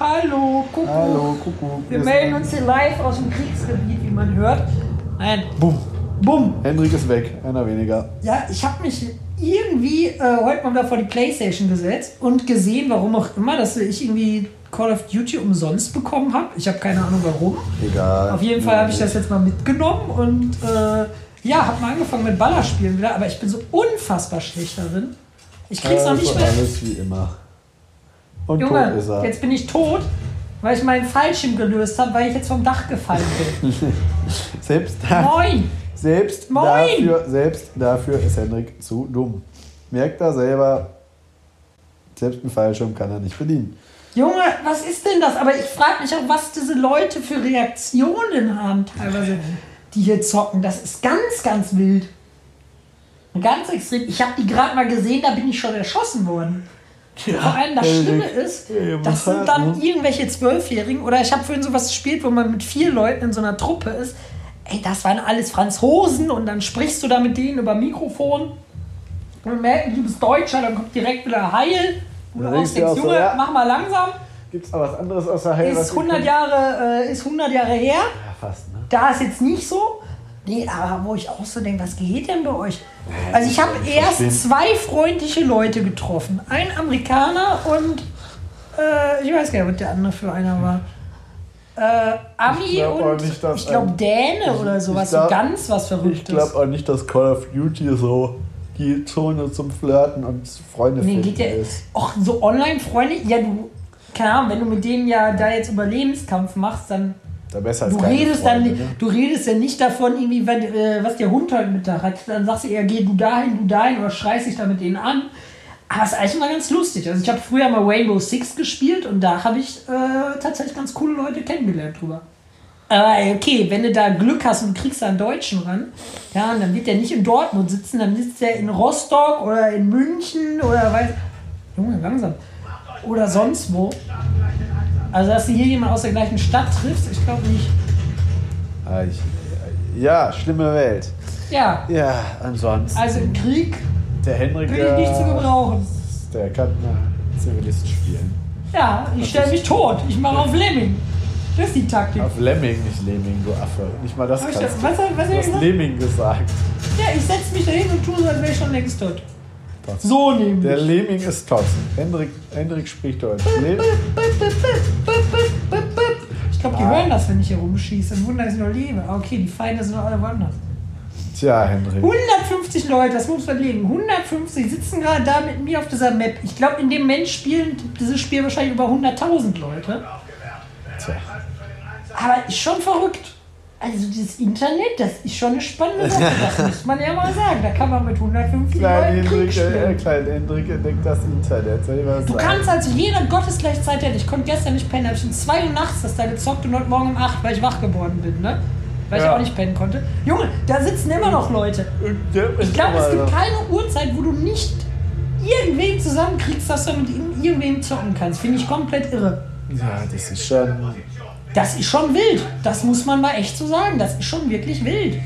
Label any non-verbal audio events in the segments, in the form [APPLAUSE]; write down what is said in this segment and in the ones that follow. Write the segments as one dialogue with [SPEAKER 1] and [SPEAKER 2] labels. [SPEAKER 1] Hallo, Kuckuck.
[SPEAKER 2] Hallo, Kuckuck.
[SPEAKER 1] Wir
[SPEAKER 2] ist-
[SPEAKER 1] melden uns hier live aus dem Kriegsgebiet, wie man hört. Nein,
[SPEAKER 2] Bumm.
[SPEAKER 1] bumm.
[SPEAKER 2] Hendrik ist weg, einer weniger.
[SPEAKER 1] Ja, ich habe mich irgendwie äh, heute mal wieder vor die Playstation gesetzt und gesehen, warum auch immer, dass ich irgendwie Call of Duty umsonst bekommen habe. Ich habe keine Ahnung warum.
[SPEAKER 2] Egal.
[SPEAKER 1] Auf jeden Fall habe ich das jetzt mal mitgenommen und äh, ja, habe mal angefangen mit Ballerspielen wieder, aber ich bin so unfassbar schlecht darin. Ich krieg's noch
[SPEAKER 2] Also
[SPEAKER 1] nicht mehr.
[SPEAKER 2] Alles wie immer. Und tot
[SPEAKER 1] Junge,
[SPEAKER 2] ist er.
[SPEAKER 1] jetzt bin ich tot, weil ich meinen Fallschirm gelöst habe, weil ich jetzt vom Dach gefallen bin.
[SPEAKER 2] Selbst, da,
[SPEAKER 1] Moin!
[SPEAKER 2] selbst,
[SPEAKER 1] Moin.
[SPEAKER 2] dafür, selbst dafür ist Hendrik zu dumm. Merkt er selber, selbst einen Fallschirm kann er nicht bedienen.
[SPEAKER 1] Junge, was ist denn das? Aber ich frage mich auch, was diese Leute für Reaktionen haben teilweise, die hier zocken. Das ist ganz, ganz wild. Ganz extrem. Ich habe die gerade mal gesehen, da bin ich schon erschossen worden. Vor allem das
[SPEAKER 2] Hendrik.
[SPEAKER 1] Schlimme ist,
[SPEAKER 2] Ey, was
[SPEAKER 1] das sind
[SPEAKER 2] halt,
[SPEAKER 1] dann
[SPEAKER 2] ne?
[SPEAKER 1] irgendwelche Zwölfjährigen oder ich habe vorhin sowas gespielt, wo man mit vier Leuten in so einer Truppe ist. Ey, das waren alles Franzosen und dann sprichst du da mit denen über Mikrofon und merken, du bist Deutscher, dann kommt direkt wieder Heil. Und
[SPEAKER 2] Dann
[SPEAKER 1] du
[SPEAKER 2] denkst
[SPEAKER 1] denkst,
[SPEAKER 2] du auch so,
[SPEAKER 1] Junge,
[SPEAKER 2] ja.
[SPEAKER 1] mach mal langsam.
[SPEAKER 2] Gibt's da was anderes außer Heil? was
[SPEAKER 1] Ist
[SPEAKER 2] wir
[SPEAKER 1] 100
[SPEAKER 2] können?
[SPEAKER 1] Jahre, äh, ist 100 Jahre her.
[SPEAKER 2] Ja, fast, ne?
[SPEAKER 1] Da ist jetzt nicht so. Nee, aber wo ich auch so denke, was geht denn bei euch? Also ich habe
[SPEAKER 2] ich
[SPEAKER 1] erst
[SPEAKER 2] verstehen.
[SPEAKER 1] zwei freundliche Leute getroffen. Ein Amerikaner und äh, ich weiß gar nicht, was der andere für einer war. Äh, Ami
[SPEAKER 2] Ich glaub auch
[SPEAKER 1] und
[SPEAKER 2] nicht, dass
[SPEAKER 1] ich glaube
[SPEAKER 2] ein-
[SPEAKER 1] Däne oder
[SPEAKER 2] ich
[SPEAKER 1] sowas.
[SPEAKER 2] glaub-
[SPEAKER 1] so ganz was
[SPEAKER 2] Ich
[SPEAKER 1] Verrücktes.
[SPEAKER 2] glaube auch nicht, dass Call of Duty so die Zone zum Flirten und Freunde
[SPEAKER 1] Nee,
[SPEAKER 2] finden
[SPEAKER 1] geht ja.
[SPEAKER 2] ist.
[SPEAKER 1] Och, so Online-Freunde? Ja, du. Keine Ahnung, wenn du mit denen ja da jetzt Überlebenskampf machst, dann
[SPEAKER 2] Da besser als
[SPEAKER 1] Du
[SPEAKER 2] keine
[SPEAKER 1] redest,
[SPEAKER 2] Freunde,
[SPEAKER 1] dann,
[SPEAKER 2] ne?
[SPEAKER 1] du redest ja nicht davon, irgendwie, wenn, äh, was der Hund heute Mittag hat. Dann sagst du eher, geh du dahin, du dahin oder schreist dich da mit denen an. Aber es ist eigentlich mal ganz lustig. Also ich habe früher mal Rainbow Six gespielt und da habe ich äh, tatsächlich ganz coole Leute kennengelernt drüber. Aber ey, okay, wenn du da Glück hast und kriegst da einen Deutschen ran, ja, und dann wird der nicht in Dortmund sitzen, dann sitzt der in Rostock oder in München oder weiß. Junge, langsam. Oder sonst wo. Also, dass du hier jemanden aus der gleichen Stadt triffst, ich glaube nicht.
[SPEAKER 2] Ah, ich, ja, schlimme Welt.
[SPEAKER 1] Ja,
[SPEAKER 2] Ja, ansonsten.
[SPEAKER 1] also im Krieg
[SPEAKER 2] der Henrik.
[SPEAKER 1] bin ich nicht zu gebrauchen.
[SPEAKER 2] Der kann äh, Zivilist spielen.
[SPEAKER 1] Ja, ich stelle mich tot. Ich mache auf Lemming. Das ist die Taktik.
[SPEAKER 2] Auf Lemming, nicht Lemming, du Affe. Nicht mal das
[SPEAKER 1] Hab ich
[SPEAKER 2] kannst
[SPEAKER 1] das,
[SPEAKER 2] du.
[SPEAKER 1] was, ne? hab- was hab
[SPEAKER 2] Du
[SPEAKER 1] ich
[SPEAKER 2] hast
[SPEAKER 1] gesagt?
[SPEAKER 2] Lemming gesagt.
[SPEAKER 1] Ja, ich setze mich dahin und tue so, als wäre ich schon längst tot.
[SPEAKER 2] Was?
[SPEAKER 1] So
[SPEAKER 2] Der
[SPEAKER 1] nämlich.
[SPEAKER 2] Lemming ist tot. Hendrik, Hendrik spricht Deutsch. Le
[SPEAKER 1] Bip, bip, bip, bip, bip, bip, bip. Ich glaube, die
[SPEAKER 2] Ah.
[SPEAKER 1] hören das, wenn ich hier rumschieße. Ein Wunder, dass ich noch lebe. Ah, Okay, die Feinde sind noch alle woanders.
[SPEAKER 2] Tja, Hendrik.
[SPEAKER 1] 150 Leute, das muss man legen. 150 sitzen gerade da mit mir auf dieser Map. Ich glaube, in dem Moment spielen dieses Spiel wahrscheinlich über 100.000 Leute.
[SPEAKER 2] Tja.
[SPEAKER 1] Aber ist schon verrückt. Also dieses Internet, das ist schon eine spannende Sache,
[SPEAKER 2] [LAUGHS]
[SPEAKER 1] das muss man ja mal sagen. Da kann man mit 150
[SPEAKER 2] Klein
[SPEAKER 1] Leuten Krieg
[SPEAKER 2] Hendrik, äh,
[SPEAKER 1] spielen.
[SPEAKER 2] klein Hendrik entdeckt das Internet. Soll ich was
[SPEAKER 1] Du
[SPEAKER 2] sagen?
[SPEAKER 1] kannst also jeder Gottesgleich Zeit hätte. Ich konnte gestern nicht pennen, habe ich um 2 Uhr nachts das da gezockt und heute Morgen um 8, weil ich wach geworden bin, ne? Weil ich
[SPEAKER 2] Ja.
[SPEAKER 1] auch nicht pennen konnte. Junge, da sitzen immer noch Leute.
[SPEAKER 2] Äh,
[SPEAKER 1] Ich glaube, es gibt keine Uhrzeit, wo du nicht irgendwem zusammenkriegst, dass du mit irgend- irgendwem zocken kannst. Finde ich komplett irre.
[SPEAKER 2] Ja, das ist schon
[SPEAKER 1] Das ist schon wild. Das muss man mal echt so sagen. Das ist schon wirklich wild.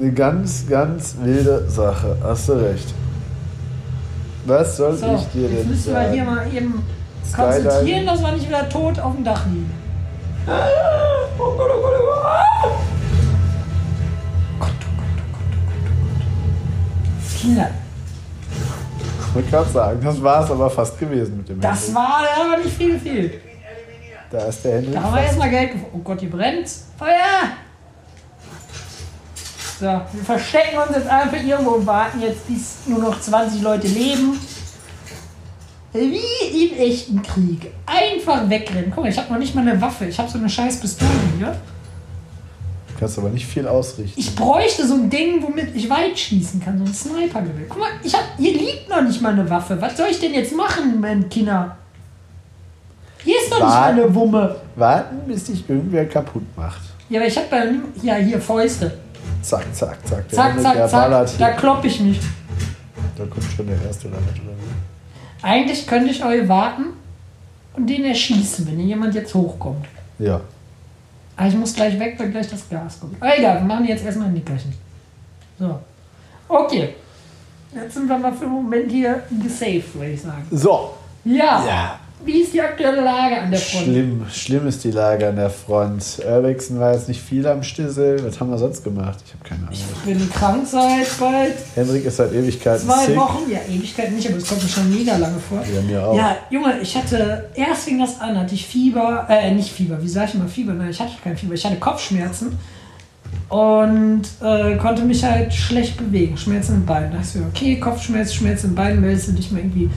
[SPEAKER 2] eine ganz, ganz wilde Sache. Hast du recht. Was soll
[SPEAKER 1] So,
[SPEAKER 2] ich dir
[SPEAKER 1] jetzt
[SPEAKER 2] denn
[SPEAKER 1] müssen wir
[SPEAKER 2] sagen?
[SPEAKER 1] hier mal eben
[SPEAKER 2] Skyline.
[SPEAKER 1] konzentrieren, dass wir nicht wieder tot auf dem Dach liegen. Oh Gott, oh Gott, oh Gott. Ah! Gott, oh Gott, oh Gott, oh Gott, oh Gott. Kinder,
[SPEAKER 2] Ich kann sagen, das war es aber fast gewesen mit dem
[SPEAKER 1] das
[SPEAKER 2] Hendrik.
[SPEAKER 1] war da war nicht viel gefehlt.
[SPEAKER 2] Da ist der Hendrik.
[SPEAKER 1] Da haben wir erstmal Geld gefunden. Oh Gott, hier brennt. Feuer! So, wir verstecken uns jetzt einfach irgendwo und warten jetzt, bis nur noch 20 Leute leben. Wie im echten Krieg. Einfach wegrennen. Guck mal, ich habe noch nicht mal eine Waffe. Ich habe so eine scheiß Pistole hier.
[SPEAKER 2] Kannst aber nicht viel ausrichten.
[SPEAKER 1] Ich bräuchte so ein Ding, womit ich weit schießen kann. So ein Snipergewehr. Guck mal, ich hab, hier liegt noch nicht mal eine Waffe. Was soll ich denn jetzt machen, mein Kinder? Hier ist noch nicht mal eine Wumme.
[SPEAKER 2] Warten, bis dich irgendwer kaputt macht.
[SPEAKER 1] Ja, aber ich habe bei... Ja, hier, Fäuste.
[SPEAKER 2] Zack, zack, zack. Der
[SPEAKER 1] Zack,
[SPEAKER 2] Hendrik,
[SPEAKER 1] zack,
[SPEAKER 2] der ballert
[SPEAKER 1] zack, da
[SPEAKER 2] hier.
[SPEAKER 1] klopp ich mich.
[SPEAKER 2] Da kommt schon der erste oder nicht, oder wie?
[SPEAKER 1] Eigentlich könnte ich euch warten und den erschießen, wenn hier jemand jetzt hochkommt.
[SPEAKER 2] Ja.
[SPEAKER 1] Aber ich muss gleich weg, weil gleich das Gas kommt. Aber egal, wir machen jetzt erstmal ein Nickerchen. So. Okay. Jetzt sind wir mal für den Moment hier gesaved, würde ich sagen.
[SPEAKER 2] So.
[SPEAKER 1] Ja.
[SPEAKER 2] Ja.
[SPEAKER 1] Wie ist die aktuelle Lage an der Front?
[SPEAKER 2] Schlimm, schlimm ist die Lage an der Front. Erwachsen war jetzt nicht viel am Stissel. Was haben wir sonst gemacht? Ich habe keine Ahnung.
[SPEAKER 1] Ich bin krank seit bald
[SPEAKER 2] Henrik ist seit Ewigkeiten
[SPEAKER 1] zwei
[SPEAKER 2] sick.
[SPEAKER 1] Wochen. Ja, Ewigkeit nicht, aber es kommt mir schon mega lange vor.
[SPEAKER 2] Ja, mir auch.
[SPEAKER 1] Ja, Junge, ich hatte, erst fing das an, hatte ich Fieber, äh, nicht Fieber, wie sag ich immer Fieber? Nein, ich hatte kein Fieber, ich hatte Kopfschmerzen und äh, konnte mich halt schlecht bewegen, Schmerzen im Bein. Da dachte ich mir, okay, Kopfschmerz, Schmerzen im Bein, meldest du dich mal irgendwie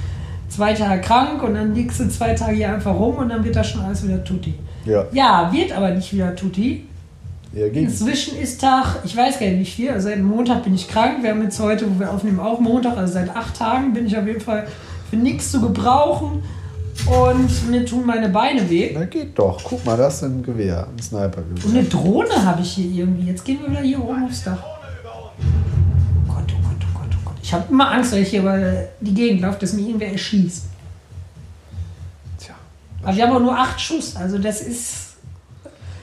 [SPEAKER 1] zwei Tage krank und dann liegst du zwei Tage hier einfach rum und dann wird das schon alles wieder tutti.
[SPEAKER 2] Ja,
[SPEAKER 1] Ja, wird aber nicht wieder tutti.
[SPEAKER 2] ja ging's.
[SPEAKER 1] Inzwischen ist Tag, ich weiß gar nicht wie viel, also seit Montag bin ich krank. Wir haben jetzt heute, wo wir aufnehmen, auch Montag. Also seit acht Tagen bin ich auf jeden Fall für nichts zu gebrauchen. Und mir tun meine Beine weh.
[SPEAKER 2] Na geht doch. Guck mal, das ist ein Gewehr, ein Snipergewehr.
[SPEAKER 1] Und eine Drohne habe ich hier irgendwie. Jetzt gehen wir wieder hier oben aufs Dach. Oh Gott, oh Gott, oh Gott, oh Gott. Ich habe immer Angst, wenn ich hier über die Gegend laufe, dass mich irgendwer erschießt.
[SPEAKER 2] Tja.
[SPEAKER 1] Aber wir haben auch nur acht Schuss, also das ist.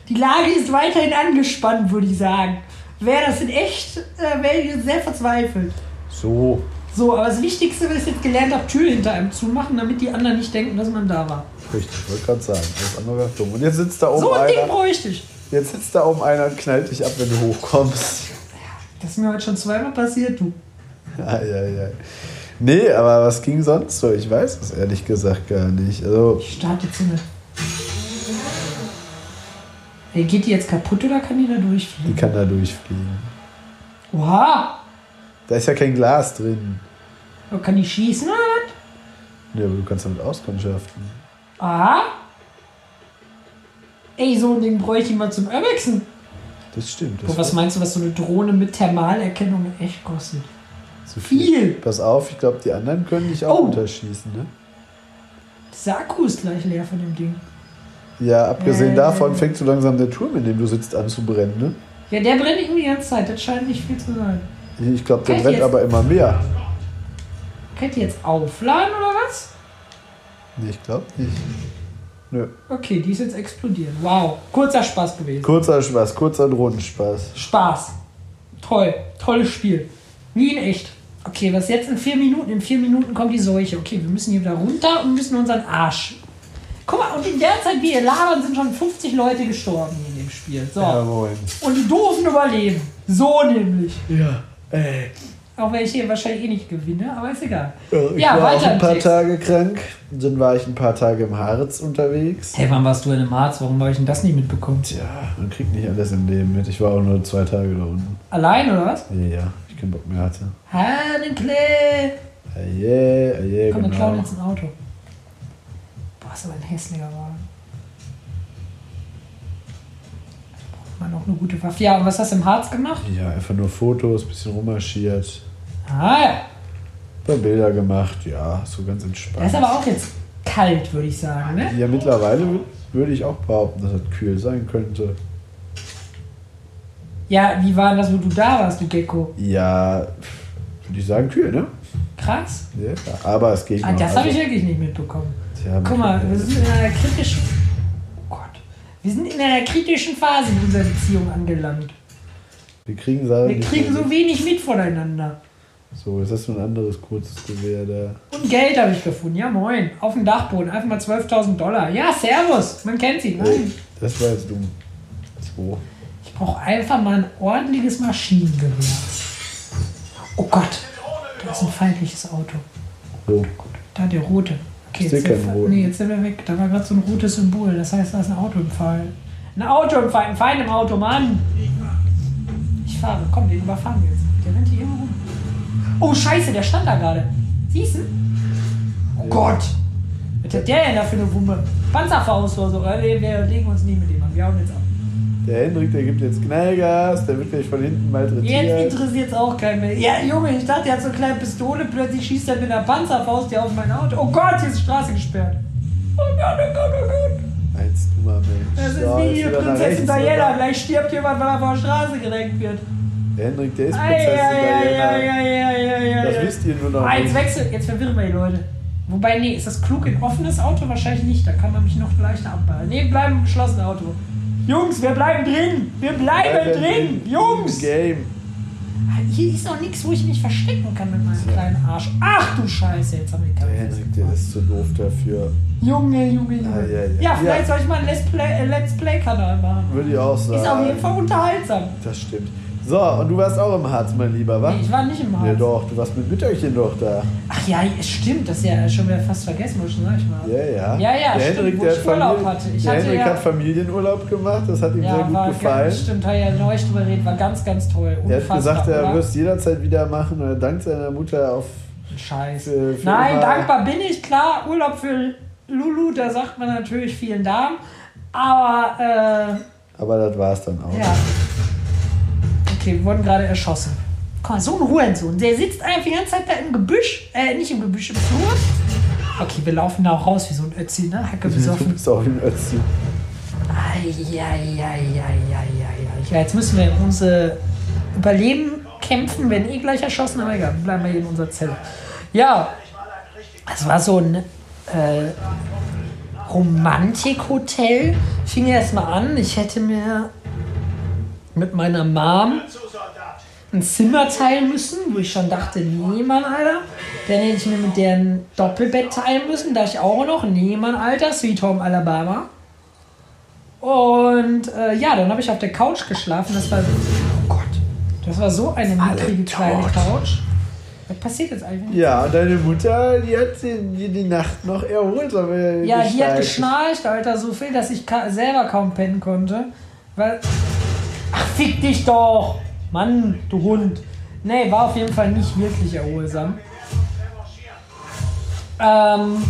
[SPEAKER 1] Die Lage ist weiterhin angespannt, würde ich sagen. Wäre das in echt, äh, wäre ich sehr verzweifelt.
[SPEAKER 2] So.
[SPEAKER 1] So, aber das Wichtigste, was ich jetzt gelernt habe, Tür hinter einem zumachen, damit die anderen nicht denken, dass man da war.
[SPEAKER 2] Richtig, ich wollte gerade sagen. Das andere wäre dumm. Und jetzt sitzt da oben
[SPEAKER 1] So ein Ding
[SPEAKER 2] einer.
[SPEAKER 1] bräuchte ich.
[SPEAKER 2] Jetzt sitzt da oben einer und knallt dich ab, wenn du hochkommst. [LAUGHS]
[SPEAKER 1] Das ist mir heute schon zweimal passiert, du.
[SPEAKER 2] Eieiei. Nee, aber was ging sonst so? Ich weiß es ehrlich gesagt gar nicht. Also,
[SPEAKER 1] Ich starte jetzt hier Ey, geht die jetzt kaputt oder kann die da durchfliegen?
[SPEAKER 2] die kann da durchfliegen.
[SPEAKER 1] Oha!
[SPEAKER 2] Da ist ja kein Glas drin.
[SPEAKER 1] Aber Kann die schießen oder was?
[SPEAKER 2] Ja, aber du kannst damit auskundschaften.
[SPEAKER 1] Aha! Ey, so ein Ding bräuchte ich mal zum Urbexen.
[SPEAKER 2] Das stimmt. Das
[SPEAKER 1] Boah, was meinst du, was so eine Drohne mit Thermalerkennung in echt kostet?
[SPEAKER 2] zu
[SPEAKER 1] viel?
[SPEAKER 2] Pass auf, ich glaube, die anderen können dich auch
[SPEAKER 1] Oh.
[SPEAKER 2] unterschießen, ne?
[SPEAKER 1] Dieser Akku ist gleich leer von dem Ding.
[SPEAKER 2] Ja,
[SPEAKER 1] Äh.
[SPEAKER 2] abgesehen davon fängt so langsam der Turm, in dem du sitzt, an zu brennen, ne?
[SPEAKER 1] Ja, der brennt irgendwie die ganze Zeit. Das scheint nicht viel zu sein.
[SPEAKER 2] Ich glaube, der
[SPEAKER 1] Echt
[SPEAKER 2] brennt
[SPEAKER 1] jetzt?
[SPEAKER 2] aber immer mehr.
[SPEAKER 1] Könnt ihr jetzt aufladen oder was?
[SPEAKER 2] Nee, ich glaube nicht. Nö.
[SPEAKER 1] Okay, die ist jetzt explodiert. Wow, kurzer Spaß gewesen.
[SPEAKER 2] Kurzer Spaß, kurzer Drogenspaß.
[SPEAKER 1] Spaß. Toll, tolles Spiel. Wie in echt. Okay, was jetzt in vier Minuten? In vier Minuten kommt die Seuche. Okay, wir müssen hier wieder runter und müssen unseren Arsch. Guck mal, und in der Zeit, wie wir labern, sind schon 50 Leute gestorben hier in dem Spiel. So.
[SPEAKER 2] Ja, moin.
[SPEAKER 1] Und die doofen überleben. So nämlich.
[SPEAKER 2] Ja, ey.
[SPEAKER 1] Auch wenn ich hier wahrscheinlich eh nicht gewinne, aber ist egal.
[SPEAKER 2] Äh, Ich
[SPEAKER 1] ja,
[SPEAKER 2] war auch
[SPEAKER 1] weiter
[SPEAKER 2] ein
[SPEAKER 1] im
[SPEAKER 2] paar
[SPEAKER 1] Text.
[SPEAKER 2] Tage krank. Dann war ich ein paar Tage im Harz unterwegs.
[SPEAKER 1] Hey, wann warst du in dem Harz? Warum habe ich denn das nicht mitbekommen?
[SPEAKER 2] Ja, man kriegt nicht alles im Leben mit. Ich war auch nur zwei Tage da unten.
[SPEAKER 1] Allein oder was?
[SPEAKER 2] Ja, ja, ich keinen Bock mehr hatte.
[SPEAKER 1] Hadenklee!
[SPEAKER 2] Ah, yeah, ah, yeah,
[SPEAKER 1] Komm, wir klauen
[SPEAKER 2] genau.
[SPEAKER 1] jetzt ein Auto. Boah, ist aber ein hässlicher Wagen. Braucht man noch eine gute Waffe. Ja, und was hast du im Harz gemacht?
[SPEAKER 2] Ja, einfach nur Fotos, bisschen rummarschiert,
[SPEAKER 1] Ah, ja.
[SPEAKER 2] ein paar Bilder gemacht, ja, so ganz
[SPEAKER 1] Der ist
[SPEAKER 2] entspannt.
[SPEAKER 1] aber auch jetzt kalt, würde ich sagen, ne?
[SPEAKER 2] Ja, mittlerweile wü- würde ich auch behaupten, dass das kühl sein könnte.
[SPEAKER 1] Ja, wie war das, wo du da warst, du Gecko?
[SPEAKER 2] Ja, pff, würde ich sagen kühl, ne?
[SPEAKER 1] Krass.
[SPEAKER 2] Ja, aber es geht
[SPEAKER 1] Ah,
[SPEAKER 2] noch.
[SPEAKER 1] das habe ich
[SPEAKER 2] Also,
[SPEAKER 1] wirklich nicht mitbekommen.
[SPEAKER 2] tja,
[SPEAKER 1] Guck mal, wir sind in einer kritischen. Oh Gott. Wir sind in einer kritischen Phase in unserer Beziehung angelangt.
[SPEAKER 2] wir kriegen Sachen
[SPEAKER 1] Wir
[SPEAKER 2] nicht
[SPEAKER 1] kriegen
[SPEAKER 2] mehr
[SPEAKER 1] so
[SPEAKER 2] mit.
[SPEAKER 1] wenig mit voneinander.
[SPEAKER 2] So, jetzt hast du ein anderes kurzes Gewehr da.
[SPEAKER 1] Und Geld habe ich gefunden. Ja, moin. Auf dem Dachboden. Einfach mal 12.000 Dollar. Ja, Servus. Man kennt sie.
[SPEAKER 2] Oh,
[SPEAKER 1] Nein.
[SPEAKER 2] das war jetzt dumm. So.
[SPEAKER 1] Ich brauche einfach mal ein ordentliches Maschinengewehr. Oh Gott. Da ist ein feindliches Auto.
[SPEAKER 2] so.
[SPEAKER 1] Da der rote. Okay,
[SPEAKER 2] Ich seh
[SPEAKER 1] jetzt sind,
[SPEAKER 2] keinen
[SPEAKER 1] wir-
[SPEAKER 2] roten.
[SPEAKER 1] nee, jetzt sind wir weg. Da war gerade so ein rotes Symbol. Das heißt, da ist ein Auto im Fall. Ein Auto im Fall. Ein Feind im Auto, Mann. Ich fahre. Komm, den überfahren wir jetzt. Der rennt hier immer rum. Oh, scheiße, der stand da gerade. Siehst du? Oh Gott. Was hat der denn da für eine Wumme? Panzerfaust oder so. Oder wir, wir legen uns nie mit dem an. Wir hauen jetzt ab.
[SPEAKER 2] Der Hendrik, der gibt jetzt Knallgas, der wird gleich von hinten
[SPEAKER 1] Jetzt
[SPEAKER 2] malträtiert.
[SPEAKER 1] interessiert es auch keinen mehr. Ja, Junge, ich dachte, er hat so eine kleine Pistole, plötzlich schießt er mit einer Panzerfaust hier auf mein Auto. Oh Gott, hier ist die Straße gesperrt. Oh Gott, oh Gott, oh Gott.
[SPEAKER 2] Als dummer Mensch.
[SPEAKER 1] Das ist
[SPEAKER 2] So,
[SPEAKER 1] wie
[SPEAKER 2] jetzt
[SPEAKER 1] hier
[SPEAKER 2] wieder nach
[SPEAKER 1] Prinzessin
[SPEAKER 2] rechts,
[SPEAKER 1] Diana.
[SPEAKER 2] oder?
[SPEAKER 1] Gleich stirbt jemand, weil er von der Straße gelenkt wird.
[SPEAKER 2] Der Hendrik, der ist Prinzessin Diana. Das
[SPEAKER 1] Das
[SPEAKER 2] wisst ihr nur noch
[SPEAKER 1] Ah, Jetzt
[SPEAKER 2] nicht.
[SPEAKER 1] wechselt, jetzt verwirren wir die Leute. Wobei, nee, ist das klug in offenes Auto? Wahrscheinlich nicht. Da kann man mich noch leichter abballen. Nee, bleiben im geschlossenen Auto. Jungs, wir bleiben drin! Wir bleiben
[SPEAKER 2] Bleiben
[SPEAKER 1] drin!
[SPEAKER 2] im
[SPEAKER 1] Jungs!
[SPEAKER 2] Game.
[SPEAKER 1] Hier ist noch nichts, wo ich mich verstecken kann mit meinem kleinen Arsch. Ach du Scheiße, jetzt haben wir die
[SPEAKER 2] Der
[SPEAKER 1] Kamera.
[SPEAKER 2] Henrik, der ist zu doof dafür.
[SPEAKER 1] Junge, Junge, Junge.
[SPEAKER 2] Ah, ja,
[SPEAKER 1] ja,
[SPEAKER 2] ja.
[SPEAKER 1] vielleicht
[SPEAKER 2] Ja.
[SPEAKER 1] soll ich mal einen Let's Play, äh, Let's Play Kanal machen.
[SPEAKER 2] Würde ich auch sagen.
[SPEAKER 1] Ist auf jeden Fall unterhaltsam.
[SPEAKER 2] Das stimmt. So, und du warst auch im Harz, mein Lieber, wa?
[SPEAKER 1] Nee, ich war nicht im
[SPEAKER 2] Ja
[SPEAKER 1] Harz.
[SPEAKER 2] doch, du warst mit Mütterchen doch da.
[SPEAKER 1] Ach ja, es stimmt, das ist ja schon wieder fast vergessen, muss ich schon sagen.
[SPEAKER 2] Ja, ja.
[SPEAKER 1] Ja, ja,
[SPEAKER 2] der
[SPEAKER 1] stimmt,
[SPEAKER 2] Henrik,
[SPEAKER 1] wo
[SPEAKER 2] der
[SPEAKER 1] ich
[SPEAKER 2] hat
[SPEAKER 1] Urlaub
[SPEAKER 2] Familien-
[SPEAKER 1] hatte. Ich
[SPEAKER 2] der
[SPEAKER 1] hatte
[SPEAKER 2] Henrik
[SPEAKER 1] ja-
[SPEAKER 2] hat Familienurlaub gemacht, das hat ihm sehr gut
[SPEAKER 1] war
[SPEAKER 2] gefallen.
[SPEAKER 1] Ganz, stimmt, hat ja neulich drüber redet, war ganz, ganz toll.
[SPEAKER 2] Er hat gesagt, er
[SPEAKER 1] oder?
[SPEAKER 2] wirst jederzeit wieder machen und er dankt seiner Mutter auf. für-
[SPEAKER 1] Scheiße.
[SPEAKER 2] für
[SPEAKER 1] Nein,
[SPEAKER 2] immer.
[SPEAKER 1] dankbar bin ich, klar. Urlaub für Lulu, da sagt man natürlich vielen Dank. Aber, äh,
[SPEAKER 2] Aber das war's dann auch.
[SPEAKER 1] ja. Okay, wir wurden gerade erschossen. Guck mal, so ein Hurensohn. Der sitzt einfach die ganze Zeit da im Gebüsch. Äh, nicht im Gebüsch, im Flur. Okay, wir laufen da auch raus wie so ein Ötzi, ne? Hacke
[SPEAKER 2] Du
[SPEAKER 1] besoffen.
[SPEAKER 2] bist auch ein Ötzi.
[SPEAKER 1] Eieieiei. Ja, jetzt müssen wir um unser Überleben kämpfen, werden eh gleich erschossen, aber egal, bleiben wir hier in unserer Zelle. Ja, es war so ein äh, Romantikhotel. Fing erst mal an, ich hätte mir mit meiner Mom ein Zimmer teilen müssen, wo ich schon dachte, nee, Mann, Alter. Dann hätte ich mir mit deren Doppelbett teilen müssen, dachte ich auch noch, nee, Mann, Alter, Sweet Home Alabama. Und äh, ja, dann habe ich auf der Couch geschlafen. Das war, oh Gott, das war so eine mickrige kleine
[SPEAKER 2] tot.
[SPEAKER 1] Couch. Was passiert jetzt eigentlich?
[SPEAKER 2] Ja, und deine Mutter, die hat die, die, die Nacht noch erholt. Aber
[SPEAKER 1] Ja, die hat geschnarcht, Alter, so viel, dass ich ka selber kaum pennen konnte. Weil. Ach, fick dich doch! Mann, du Hund! Nee, war auf jeden Fall nicht wirklich erholsam. Ähm.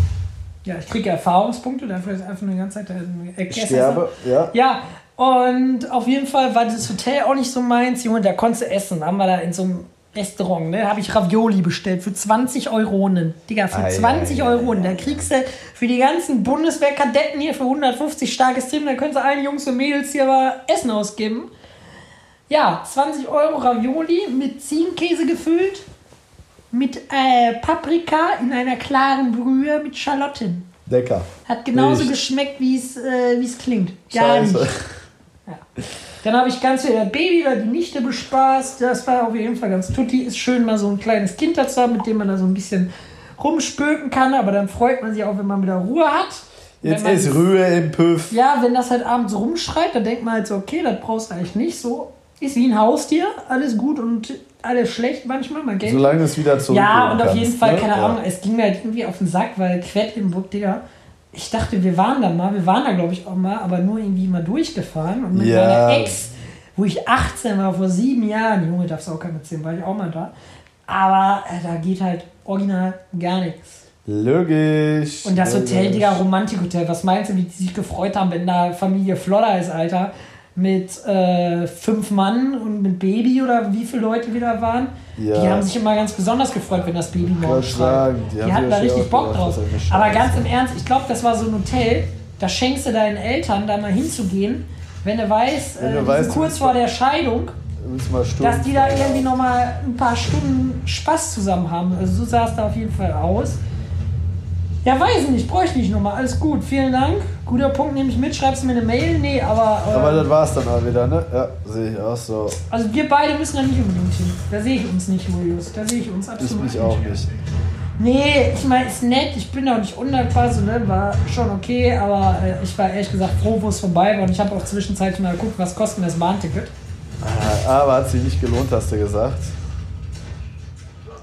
[SPEAKER 1] Ja, ich kriege Erfahrungspunkte, dafür ist einfach eine ganze Zeit da ein Eck-
[SPEAKER 2] Ich sterbe, ja.
[SPEAKER 1] ja, und auf jeden Fall war das Hotel auch nicht so meins. Junge, da konntest du essen. Da haben wir da in so einem Restaurant, ne? Da habe ich Ravioli bestellt für 20 Euronen. Digga, für
[SPEAKER 2] Ei,
[SPEAKER 1] 20
[SPEAKER 2] ei,
[SPEAKER 1] Euronen. Da kriegst du für die ganzen Bundeswehrkadetten hier für 150 starkes Team, da können sie allen Jungs und Mädels hier mal Essen ausgeben. Ja, 20 Euro Ravioli mit Ziegenkäse gefüllt, mit äh, Paprika in einer klaren Brühe mit Schalotten.
[SPEAKER 2] Lecker.
[SPEAKER 1] Hat genauso
[SPEAKER 2] Nicht.
[SPEAKER 1] geschmeckt, wie es äh, wie es klingt. Gar
[SPEAKER 2] Scheiße.
[SPEAKER 1] nicht. Dann habe ich ganz viel das Baby oder die Nichte bespaßt. Das war auf jeden Fall ganz tutti. Ist schön, mal so ein kleines Kind dazu haben, mit dem man da so ein bisschen rumspöken kann. Aber dann freut man sich auch, wenn man wieder Ruhe hat.
[SPEAKER 2] Jetzt
[SPEAKER 1] Wenn man-
[SPEAKER 2] ist Rühe im Püff.
[SPEAKER 1] Ja, wenn das halt abends rumschreit, dann denkt man halt so, okay, das brauchst du eigentlich nicht. So ist wie ein Haustier. Alles gut und alles schlecht manchmal. Man geht
[SPEAKER 2] Solange es wieder zurück.
[SPEAKER 1] ja, und auf jeden Fall,
[SPEAKER 2] ne?
[SPEAKER 1] keine
[SPEAKER 2] Ja.
[SPEAKER 1] Ahnung, es ging mir halt irgendwie auf den Sack, weil Quedlinburg, Digga, ich dachte, wir waren da mal, wir waren da, glaube ich, auch mal, aber nur irgendwie mal durchgefahren. Und mit
[SPEAKER 2] Ja.
[SPEAKER 1] meiner Ex, wo ich 18 war, vor sieben Jahren, Junge, darfst auch keine 10, war ich auch mal da. Aber äh, da geht halt original gar nichts.
[SPEAKER 2] Logisch.
[SPEAKER 1] Und das Hotel,
[SPEAKER 2] logisch.
[SPEAKER 1] Digga, Romantikhotel, was meinst du, wie die sich gefreut haben, wenn da Familie Flodder ist, Alter? Mit äh, fünf Mann und mit Baby oder wie viele Leute wir da waren.
[SPEAKER 2] Ja.
[SPEAKER 1] Die haben sich immer ganz besonders gefreut, wenn das Baby morgen
[SPEAKER 2] wollte
[SPEAKER 1] schreit.
[SPEAKER 2] sagen, die
[SPEAKER 1] Die,
[SPEAKER 2] haben
[SPEAKER 1] hatten
[SPEAKER 2] sich
[SPEAKER 1] da
[SPEAKER 2] wahrscheinlich
[SPEAKER 1] richtig
[SPEAKER 2] auch
[SPEAKER 1] Bock
[SPEAKER 2] gedacht,
[SPEAKER 1] drauf.
[SPEAKER 2] das ist eine Scheiße.
[SPEAKER 1] Aber ganz im Ernst, ich glaube, das war so ein Hotel, da schenkst du deinen Eltern, da mal hinzugehen, wenn du weißt,
[SPEAKER 2] Wenn
[SPEAKER 1] äh,
[SPEAKER 2] du
[SPEAKER 1] die
[SPEAKER 2] weißt,
[SPEAKER 1] sind
[SPEAKER 2] du
[SPEAKER 1] kurz
[SPEAKER 2] bist
[SPEAKER 1] vor
[SPEAKER 2] da-
[SPEAKER 1] der Scheidung,
[SPEAKER 2] Müssen wir Stunden
[SPEAKER 1] dass die da irgendwie nochmal ein paar Stunden Spaß zusammen haben. Also so sah es da auf jeden Fall aus. Ja, weiß nicht, bräuchte ich nochmal. Alles gut, vielen Dank. Guter Punkt, nehme ich mit. Schreibst du mir eine Mail? Nee, aber. Äh,
[SPEAKER 2] Aber das war's dann auch wieder, ne? Ja, sehe ich auch so.
[SPEAKER 1] also, wir beide müssen da nicht unbedingt hin. Da sehe ich uns nicht, Julius. Da sehe ich uns
[SPEAKER 2] Ich
[SPEAKER 1] absolut
[SPEAKER 2] mich auch nicht.
[SPEAKER 1] Nee, ich meine, ist nett, ich bin auch nicht undankbar, so, ne? war schon okay, aber äh, ich war ehrlich gesagt froh, wo es vorbei war und ich habe auch zwischenzeitlich mal geguckt, was kostet das Bahnticket.
[SPEAKER 2] Ah, Aber hat sich nicht gelohnt, hast du gesagt.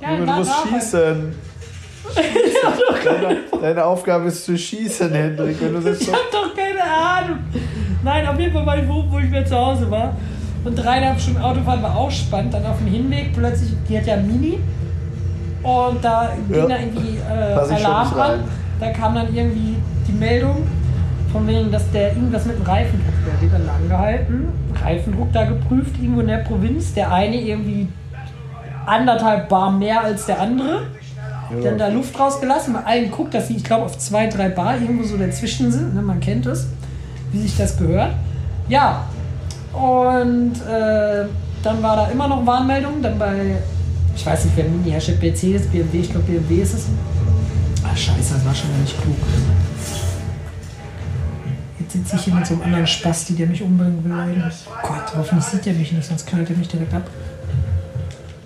[SPEAKER 1] Ja,
[SPEAKER 2] Junge, du
[SPEAKER 1] war-
[SPEAKER 2] musst
[SPEAKER 1] war- [LAUGHS]
[SPEAKER 2] schießen. Deine, deine Aufgabe ist zu schießen, Hendrik. Wenn du selbst
[SPEAKER 1] Ich hab doch keine Ahnung. Nein, auf jeden Fall war ich wo, wo ich mehr zu Hause war. Und dreieinhalb Stunden Autofahren war auch spannend. Dann auf dem Hinweg plötzlich, die hat ja ein Mini. Und da ging
[SPEAKER 2] Ja.
[SPEAKER 1] da irgendwie
[SPEAKER 2] Pass
[SPEAKER 1] äh,
[SPEAKER 2] ich schon
[SPEAKER 1] Alarm
[SPEAKER 2] nicht
[SPEAKER 1] an.
[SPEAKER 2] rein.
[SPEAKER 1] Da kam dann irgendwie die Meldung von wegen, dass der irgendwas mit dem Reifendruck, der wird dann angehalten. Reifendruck da geprüft, irgendwo in der Provinz. Der eine irgendwie anderthalb Bar mehr als der andere dann da Luft rausgelassen, bei allen guckt, dass sie, ich glaube, auf zwei, drei Bar irgendwo so dazwischen sind. Ne? Man kennt es, wie sich das gehört. Ja, und äh, dann war da immer noch Warnmeldung. Dann bei, ich weiß nicht, wer Mini herstellt, Mercedes, BMW, ich glaube, BMW ist es. Ah, scheiße, das war schon gar nicht klug. Jetzt sitze ich hier mit so einem anderen Spasti, der mich umbringen will. Gott, hoffentlich sieht er mich nicht, sonst knallt er mich direkt ab.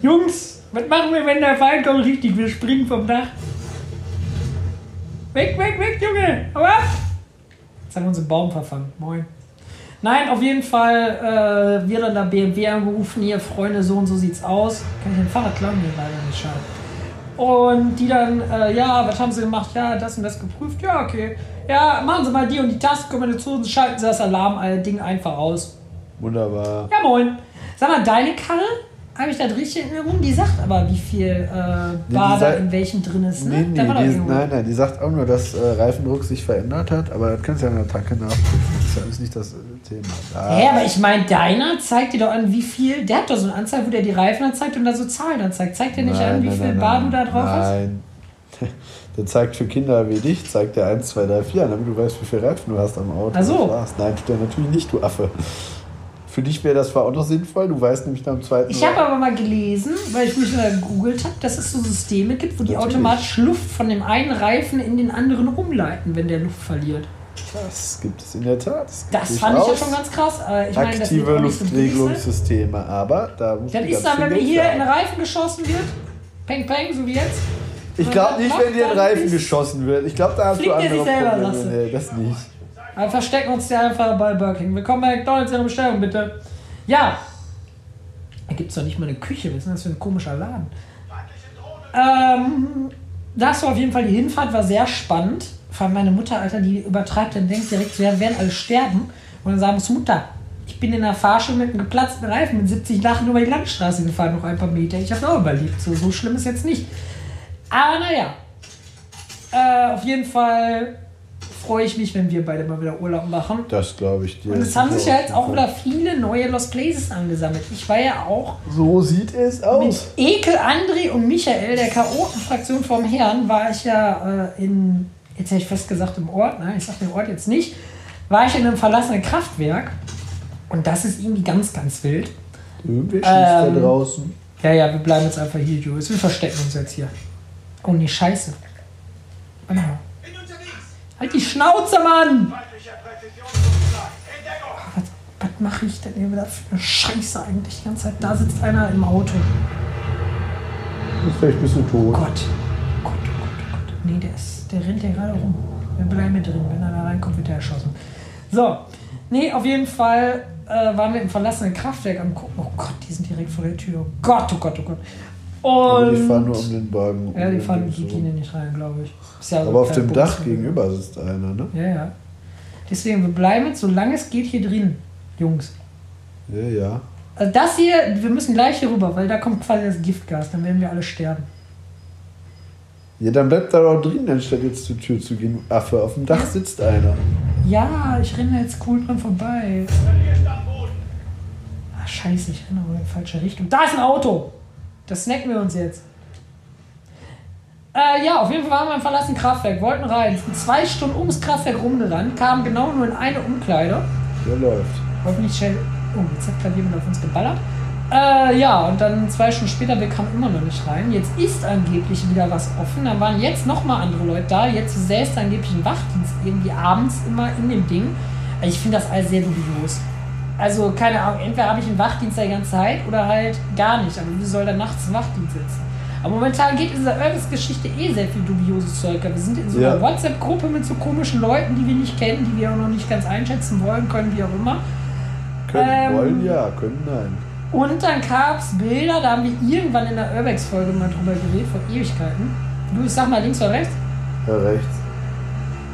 [SPEAKER 1] Jungs, was machen wir, wenn der Feind kommt? Richtig, wir springen vom Dach. Weg, weg, weg, Junge! Hau ab! Jetzt haben wir uns im Baum verfangen. Moin. Nein, auf jeden Fall, äh, wir dann da BMW angerufen, hier, Freunde, so und so sieht's aus. Kann ich den Fahrrad klauen? Nee, leider nicht, schade. Und die dann, äh, ja, was haben sie gemacht? Ja, das und das geprüft. Ja, okay. Ja, machen sie mal die und die Tastenkombinationen, schalten sie das Alarm-Ding einfach aus.
[SPEAKER 2] Wunderbar.
[SPEAKER 1] Ja, moin. Sag mal, deine Karre, habe ich da richtig in Erinnerung, die sagt aber, wie viel äh,
[SPEAKER 2] die
[SPEAKER 1] Bader
[SPEAKER 2] sagt-
[SPEAKER 1] in welchem drin ist, ne?
[SPEAKER 2] Nee, nee,
[SPEAKER 1] da war doch
[SPEAKER 2] die,
[SPEAKER 1] irgendwo.
[SPEAKER 2] nein, nein, die sagt auch nur, dass äh, Reifendruck sich verändert hat, aber das kannst du ja an der Tanke nachprüfen. Das ist ja alles nicht das äh, Thema. Da-
[SPEAKER 1] Hä, aber ich meine, deiner zeigt dir doch an, wie viel. Der hat doch so eine Anzeige, wo der die Reifen anzeigt und da so Zahlen anzeigt. Zeigt der nicht
[SPEAKER 2] Nein,
[SPEAKER 1] an, wie
[SPEAKER 2] nein,
[SPEAKER 1] viel
[SPEAKER 2] nein,
[SPEAKER 1] Bar
[SPEAKER 2] nein,
[SPEAKER 1] du da drauf hast?
[SPEAKER 2] Nein. Der zeigt für Kinder wie dich, zeigt der 1, 2, 3, 4 an, damit du weißt, wie viel Reifen du hast am Auto.
[SPEAKER 1] Ach so.
[SPEAKER 2] Das war's. Nein, tut er natürlich nicht, du Affe. Für dich wäre das zwar auch noch sinnvoll, du weißt nämlich nach dem zweiten
[SPEAKER 1] Ich habe aber mal gelesen, weil ich mich da gegoogelt habe, dass es so Systeme gibt, wo die
[SPEAKER 2] Natürlich.
[SPEAKER 1] automatisch Luft von dem einen Reifen in den anderen umleiten, wenn der Luft verliert.
[SPEAKER 2] Das gibt es in der Tat. Das, gibt
[SPEAKER 1] Das fand ich ja
[SPEAKER 2] durchaus
[SPEAKER 1] schon ganz krass. Äh, Ich meine, das wird
[SPEAKER 2] aktive
[SPEAKER 1] auch nicht so billig sein.
[SPEAKER 2] Luftregelungssysteme, aber da muss
[SPEAKER 1] Das
[SPEAKER 2] man
[SPEAKER 1] ist
[SPEAKER 2] ganz
[SPEAKER 1] dann,
[SPEAKER 2] viel
[SPEAKER 1] wenn mir
[SPEAKER 2] Geld
[SPEAKER 1] hier
[SPEAKER 2] für
[SPEAKER 1] in den
[SPEAKER 2] haben.
[SPEAKER 1] Reifen geschossen wird, peng peng, so wie jetzt,
[SPEAKER 2] Ich glaube nicht, wenn dir ein
[SPEAKER 1] Dann
[SPEAKER 2] Reifen
[SPEAKER 1] bist-
[SPEAKER 2] geschossen wird. Ich glaube, da hast du
[SPEAKER 1] Fliegt der
[SPEAKER 2] andere
[SPEAKER 1] sich selber,
[SPEAKER 2] Probleme.
[SPEAKER 1] sagst du?
[SPEAKER 2] Nee, das nicht.
[SPEAKER 1] Dann verstecken uns die einfach bei Burger King. Willkommen bei McDonalds, Ihre Bestellung bitte. Ja. Da gibt es doch nicht mal eine Küche. Was ist denn das für ein komischer Laden? Ähm, das war auf jeden Fall, die Hinfahrt war sehr spannend. Vor allem meine Mutter, Alter, die übertreibt dann denkt direkt, wir werden alle sterben. Und dann sagen muss, Mutter, ich bin in der Fahrschule mit einem geplatzten Reifen mit 70 Lachen über die Landstraße gefahren, noch ein paar Meter. Ich habe auch überlebt. So, so schlimm ist jetzt nicht. Aber naja. Äh, auf jeden Fall freue ich mich, wenn wir beide mal wieder Urlaub machen.
[SPEAKER 2] Das glaube ich dir.
[SPEAKER 1] Und es haben sich ja jetzt auch
[SPEAKER 2] wieder.
[SPEAKER 1] wieder viele neue Lost Places angesammelt. Ich war ja auch
[SPEAKER 2] So sieht es
[SPEAKER 1] mit
[SPEAKER 2] aus.
[SPEAKER 1] Ekel André und Michael, der Chaoten-Fraktion vom Herrn, war ich ja äh, in, jetzt hätte ich fast gesagt im Ort, nein, ich sag den Ort jetzt nicht, war ich in einem verlassenen Kraftwerk. Und das ist irgendwie ganz, ganz wild.
[SPEAKER 2] Irgendwer schießt da
[SPEAKER 1] Ähm,
[SPEAKER 2] draußen.
[SPEAKER 1] Ja, ja, wir bleiben jetzt einfach hier, Jules. Wir verstecken uns jetzt hier. Oh nee, scheiße. Warte mal.
[SPEAKER 3] Bin unterwegs!
[SPEAKER 1] Halt die Schnauze, Mann!
[SPEAKER 3] Feindlicher Präzisionszuschlag! In Deckung!
[SPEAKER 1] Was, was mache ich denn hier wieder für eine Scheiße eigentlich die ganze Zeit? Da sitzt einer im Auto.
[SPEAKER 2] Ist vielleicht ein bisschen
[SPEAKER 1] Oh Gott. Oh
[SPEAKER 2] tot.
[SPEAKER 1] Gott, oh Gott, oh Gott. Nee, der, ist, der rennt ja gerade rum. Wir bleiben hier drin. Wenn er da reinkommt, wird er erschossen. So. Nee, auf jeden Fall äh, waren wir im verlassenen Kraftwerk am gucken. Oh Gott, die sind direkt vor der Tür. Oh Gott, oh Gott, oh Gott.
[SPEAKER 2] Aber
[SPEAKER 1] Und
[SPEAKER 2] die fahren nur um den Bogen.
[SPEAKER 1] ja, die
[SPEAKER 2] um
[SPEAKER 1] fahren Äh,
[SPEAKER 2] den
[SPEAKER 1] die
[SPEAKER 2] so.
[SPEAKER 1] Linie nicht rein, glaube ich. Ist ja so
[SPEAKER 2] Aber auf
[SPEAKER 1] ein kleiner
[SPEAKER 2] dem Dach
[SPEAKER 1] Bums.
[SPEAKER 2] gegenüber sitzt einer, ne?
[SPEAKER 1] Ja, ja. Deswegen, wir bleiben jetzt, solange es geht, hier drin, Jungs.
[SPEAKER 2] Ja, ja.
[SPEAKER 1] Also das hier, wir müssen gleich hier rüber, weil da kommt quasi das Giftgas, dann werden wir alle sterben.
[SPEAKER 2] Ja, dann bleibt da doch drin, anstatt jetzt zur Tür zu gehen. Affe, auf dem Dach sitzt einer.
[SPEAKER 1] Ja, ich renne jetzt cool dran vorbei.
[SPEAKER 3] Verlierst am Boden!
[SPEAKER 1] Ah, scheiße, ich renne aber in die falsche Richtung. Da ist ein Auto! Das snacken wir uns jetzt. Äh, ja, auf jeden Fall waren wir im verlassenen Kraftwerk, wollten rein, sind zwei Stunden ums Kraftwerk rumgerannt, kamen genau nur in eine Umkleide.
[SPEAKER 2] Der läuft.
[SPEAKER 1] Hoffentlich schnell. Oh, jetzt hat gerade jemand auf uns geballert. Äh, ja, und dann zwei Stunden später, wir kamen immer noch nicht rein. Jetzt ist angeblich wieder was offen. Da waren jetzt nochmal andere Leute da. Jetzt säßt angeblich ein Wachdienst irgendwie abends immer in dem Ding. Also Ich finde das alles sehr dubios. Also, keine Ahnung, entweder habe ich einen Wachdienst die ganze Zeit oder halt gar nicht. Aber wie soll da nachts ein Wachdienst sitzen? Aber momentan geht in dieser Irvis-Geschichte eh sehr viel dubioses Zeug. ab. Wir sind in so einer
[SPEAKER 2] Ja.
[SPEAKER 1] WhatsApp-Gruppe mit so komischen Leuten, die wir nicht kennen, die wir auch noch nicht ganz einschätzen wollen können, wie auch immer.
[SPEAKER 2] Können
[SPEAKER 1] Ähm.
[SPEAKER 2] wollen ja, können nein.
[SPEAKER 1] Und dann gab es Bilder, da haben wir irgendwann in der Urbex-Folge mal drüber geredet, vor Ewigkeiten. Du, ich sag mal links oder rechts.
[SPEAKER 2] Ja, rechts.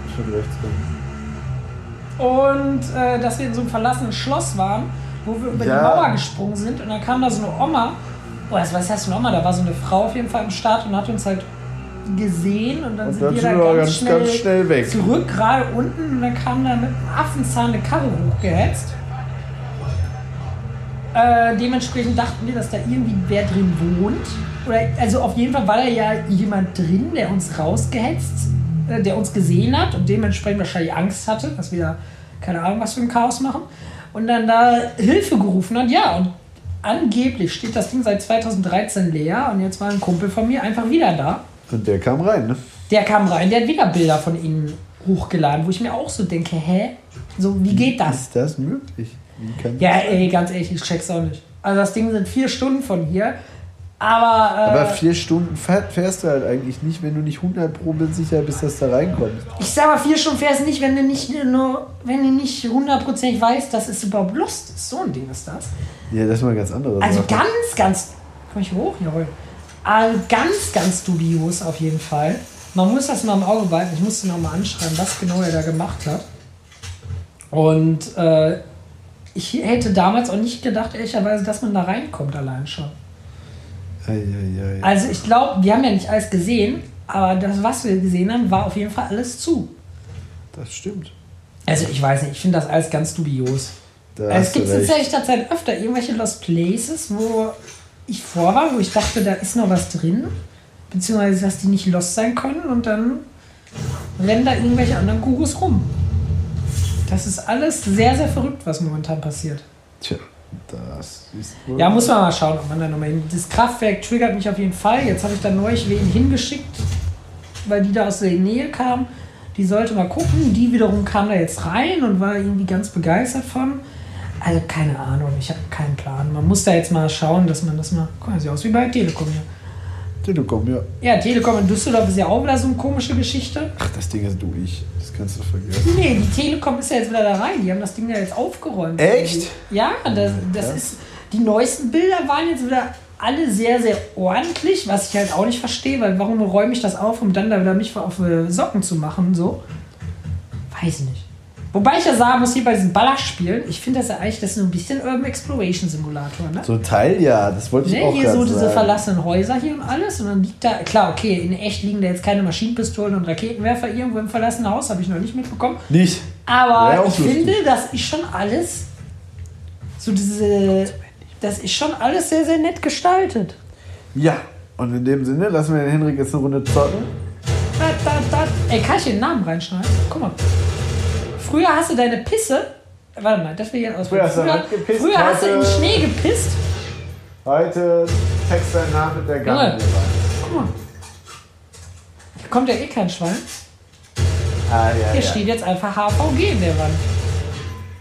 [SPEAKER 2] Ich bin rechts drin.
[SPEAKER 1] Und äh, dass wir in so einem verlassenen Schloss waren, wo wir über
[SPEAKER 2] Ja.
[SPEAKER 1] die Mauer gesprungen sind. Und dann kam da so eine Oma. Oh, also, was heißt eine Oma? Da war so eine Frau auf jeden Fall im Start und hat uns halt gesehen. Und dann
[SPEAKER 2] Und
[SPEAKER 1] sind
[SPEAKER 2] dann
[SPEAKER 1] wir
[SPEAKER 2] sind
[SPEAKER 1] da
[SPEAKER 2] wir
[SPEAKER 1] ganz,
[SPEAKER 2] ganz,
[SPEAKER 1] schnell
[SPEAKER 2] ganz schnell weg.
[SPEAKER 1] zurück, gerade unten. Und dann kam da mit einem Affenzahn eine Karre hochgehetzt. Äh, dementsprechend dachten wir, dass da irgendwie wer drin wohnt. Oder, also auf jeden Fall war da ja jemand drin, der uns rausgehetzt, äh, der uns gesehen hat und dementsprechend wahrscheinlich Angst hatte, dass wir da keine Ahnung was für ein Chaos machen. Und dann da Hilfe gerufen hat. Ja, und angeblich steht das Ding seit 2013 leer und jetzt war ein Kumpel von mir einfach wieder da.
[SPEAKER 2] Und der kam rein, ne?
[SPEAKER 1] Der kam rein, der hat wieder Bilder von ihnen hochgeladen, wo ich mir auch so denke, hä? So, wie geht das?
[SPEAKER 2] Ist das möglich? Wie kann
[SPEAKER 1] Ja, ey, ganz ehrlich, ich check's auch nicht. Also das Ding sind vier Stunden von hier. Aber, äh,
[SPEAKER 2] Aber vier Stunden fähr- fährst du halt eigentlich nicht, wenn du nicht 100 Pro bist, sicher bist, dass du da reinkommst.
[SPEAKER 1] ich sag mal, vier Stunden fährst nicht, wenn du nicht nur, wenn du nicht hundertprozentig weißt, dass es überhaupt Lust ist. So ein Ding ist das.
[SPEAKER 2] Ja, das ist mal ganz anderes.
[SPEAKER 1] Also
[SPEAKER 2] Sache.
[SPEAKER 1] ganz, ganz. Komm ich hoch? Jawohl. Also ganz, ganz dubios auf jeden Fall. Man muss das mal im Auge behalten. Ich musste nochmal anschreiben, was genau er da gemacht hat. Und äh, ich hätte damals auch nicht gedacht, ehrlicherweise, dass man da reinkommt allein schon.
[SPEAKER 2] Eieiei.
[SPEAKER 1] Also ich glaube, wir haben ja nicht alles gesehen, aber das, was wir gesehen haben, war auf jeden Fall alles zu.
[SPEAKER 2] Das stimmt.
[SPEAKER 1] Also ich weiß nicht, ich finde das alles ganz dubios.
[SPEAKER 2] Da
[SPEAKER 1] Also es
[SPEAKER 2] hast du
[SPEAKER 1] gibt
[SPEAKER 2] recht.
[SPEAKER 1] tatsächlich tatsächlich öfter irgendwelche Lost Places, wo ich vor war, wo ich dachte, da ist noch was drin, beziehungsweise dass die nicht lost sein können und dann rennen da irgendwelche anderen Gurus rum. Das ist alles sehr, sehr verrückt, was momentan passiert.
[SPEAKER 2] Tja, das ist wohl.
[SPEAKER 1] Ja, muss man mal schauen, ob man da nochmal hin. Das Kraftwerk triggert mich auf jeden Fall. Jetzt habe ich da neulich wen hingeschickt, weil die da aus der Nähe kam. Die sollte mal gucken. Die wiederum kam da jetzt rein und war irgendwie ganz begeistert von. Also keine Ahnung, ich habe keinen Plan. Man muss da jetzt mal schauen, dass man das mal. Guck mal, sieht aus wie bei Telekom hier.
[SPEAKER 2] Telekom, ja.
[SPEAKER 1] Ja, Telekom in Düsseldorf ist ja auch wieder so eine komische Geschichte.
[SPEAKER 2] Ach, das Ding ist durch. Das kannst du vergessen.
[SPEAKER 1] Nee, die Telekom ist ja jetzt wieder da rein. Die haben das Ding ja jetzt aufgeräumt.
[SPEAKER 2] Echt? Hm,
[SPEAKER 1] Ja, das, das
[SPEAKER 2] krass.
[SPEAKER 1] ist. Die neuesten Bilder waren jetzt wieder alle sehr, sehr ordentlich, was ich halt auch nicht verstehe, weil warum räume ich das auf, um dann da wieder mich auf äh, Socken zu machen? So. Weiß nicht. Wobei ich ja sagen muss, hier bei diesen Ballerspielen, ich finde das ja eigentlich, das ist so ein bisschen Urban Exploration Simulator, ne?
[SPEAKER 2] So ein Teil, ja. Das wollte ich
[SPEAKER 1] Ne,
[SPEAKER 2] auch
[SPEAKER 1] hier
[SPEAKER 2] gerade
[SPEAKER 1] so diese
[SPEAKER 2] sagen.
[SPEAKER 1] verlassenen Häuser hier und alles. Und dann liegt da, klar, okay, in echt liegen da jetzt keine Maschinenpistolen und Raketenwerfer irgendwo im verlassenen Haus, habe ich noch nicht mitbekommen.
[SPEAKER 2] Nicht.
[SPEAKER 1] Aber
[SPEAKER 2] Wäre auch
[SPEAKER 1] ich
[SPEAKER 2] lustig.
[SPEAKER 1] finde, das ist schon alles so diese. Das ist schon alles sehr, sehr nett gestaltet.
[SPEAKER 2] Ja. Und in dem Sinne lassen wir den Henrik jetzt eine Runde zocken.
[SPEAKER 1] Da, da, da. Ey, kann ich den Namen reinschneiden? Guck mal. Früher hast du deine Pisse. Warte mal, das will ich jetzt ausprobieren.
[SPEAKER 2] Früher hast du damit gepisst,
[SPEAKER 1] früher hast du in den
[SPEAKER 2] heute-
[SPEAKER 1] Schnee gepisst.
[SPEAKER 2] Heute text dein Name mit der Gabel.
[SPEAKER 1] Guck mal. Da kommt ja eh kein Schwein.
[SPEAKER 2] Ah, ja.
[SPEAKER 1] Hier
[SPEAKER 2] ja.
[SPEAKER 1] steht jetzt einfach HVG in der Wand.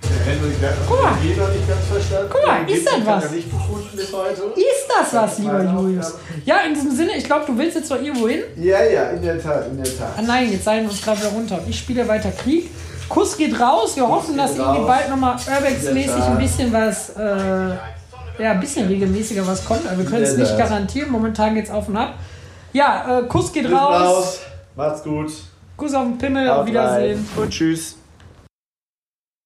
[SPEAKER 2] Der Henrik, der hat
[SPEAKER 1] Guck mal.
[SPEAKER 2] den G noch nicht ganz verstanden.
[SPEAKER 1] Guck mal,
[SPEAKER 2] Den
[SPEAKER 1] ist
[SPEAKER 2] G
[SPEAKER 1] das
[SPEAKER 2] hat er
[SPEAKER 1] was?
[SPEAKER 2] nicht gefunden bis heute.
[SPEAKER 1] Ist das was, lieber
[SPEAKER 2] meine
[SPEAKER 1] Julius? Ja, in diesem Sinne, ich glaube, du willst jetzt doch irgendwo hin.
[SPEAKER 2] Ja, ja, in der Tat, in der Tat.
[SPEAKER 1] Ah nein, jetzt seien wir uns gerade wieder runter. Ich spiele weiter Krieg. Kuss geht raus. Wir hoffen,
[SPEAKER 2] geht
[SPEAKER 1] dass irgendwie
[SPEAKER 2] raus.
[SPEAKER 1] bald nochmal Urbex-mäßig
[SPEAKER 2] Ja,
[SPEAKER 1] ein bisschen was, äh, ja, ein bisschen regelmäßiger was kommt. Aber wir können es
[SPEAKER 2] Ja,
[SPEAKER 1] nicht
[SPEAKER 2] ja.
[SPEAKER 1] garantieren. Momentan geht's auf und ab. Ja, äh, Kuss geht
[SPEAKER 2] Bis
[SPEAKER 1] raus.
[SPEAKER 2] raus. Macht's gut.
[SPEAKER 1] Kuss auf den Pimmel.
[SPEAKER 2] Haut
[SPEAKER 1] Auf
[SPEAKER 2] rein.
[SPEAKER 1] Wiedersehen.
[SPEAKER 2] Und tschüss.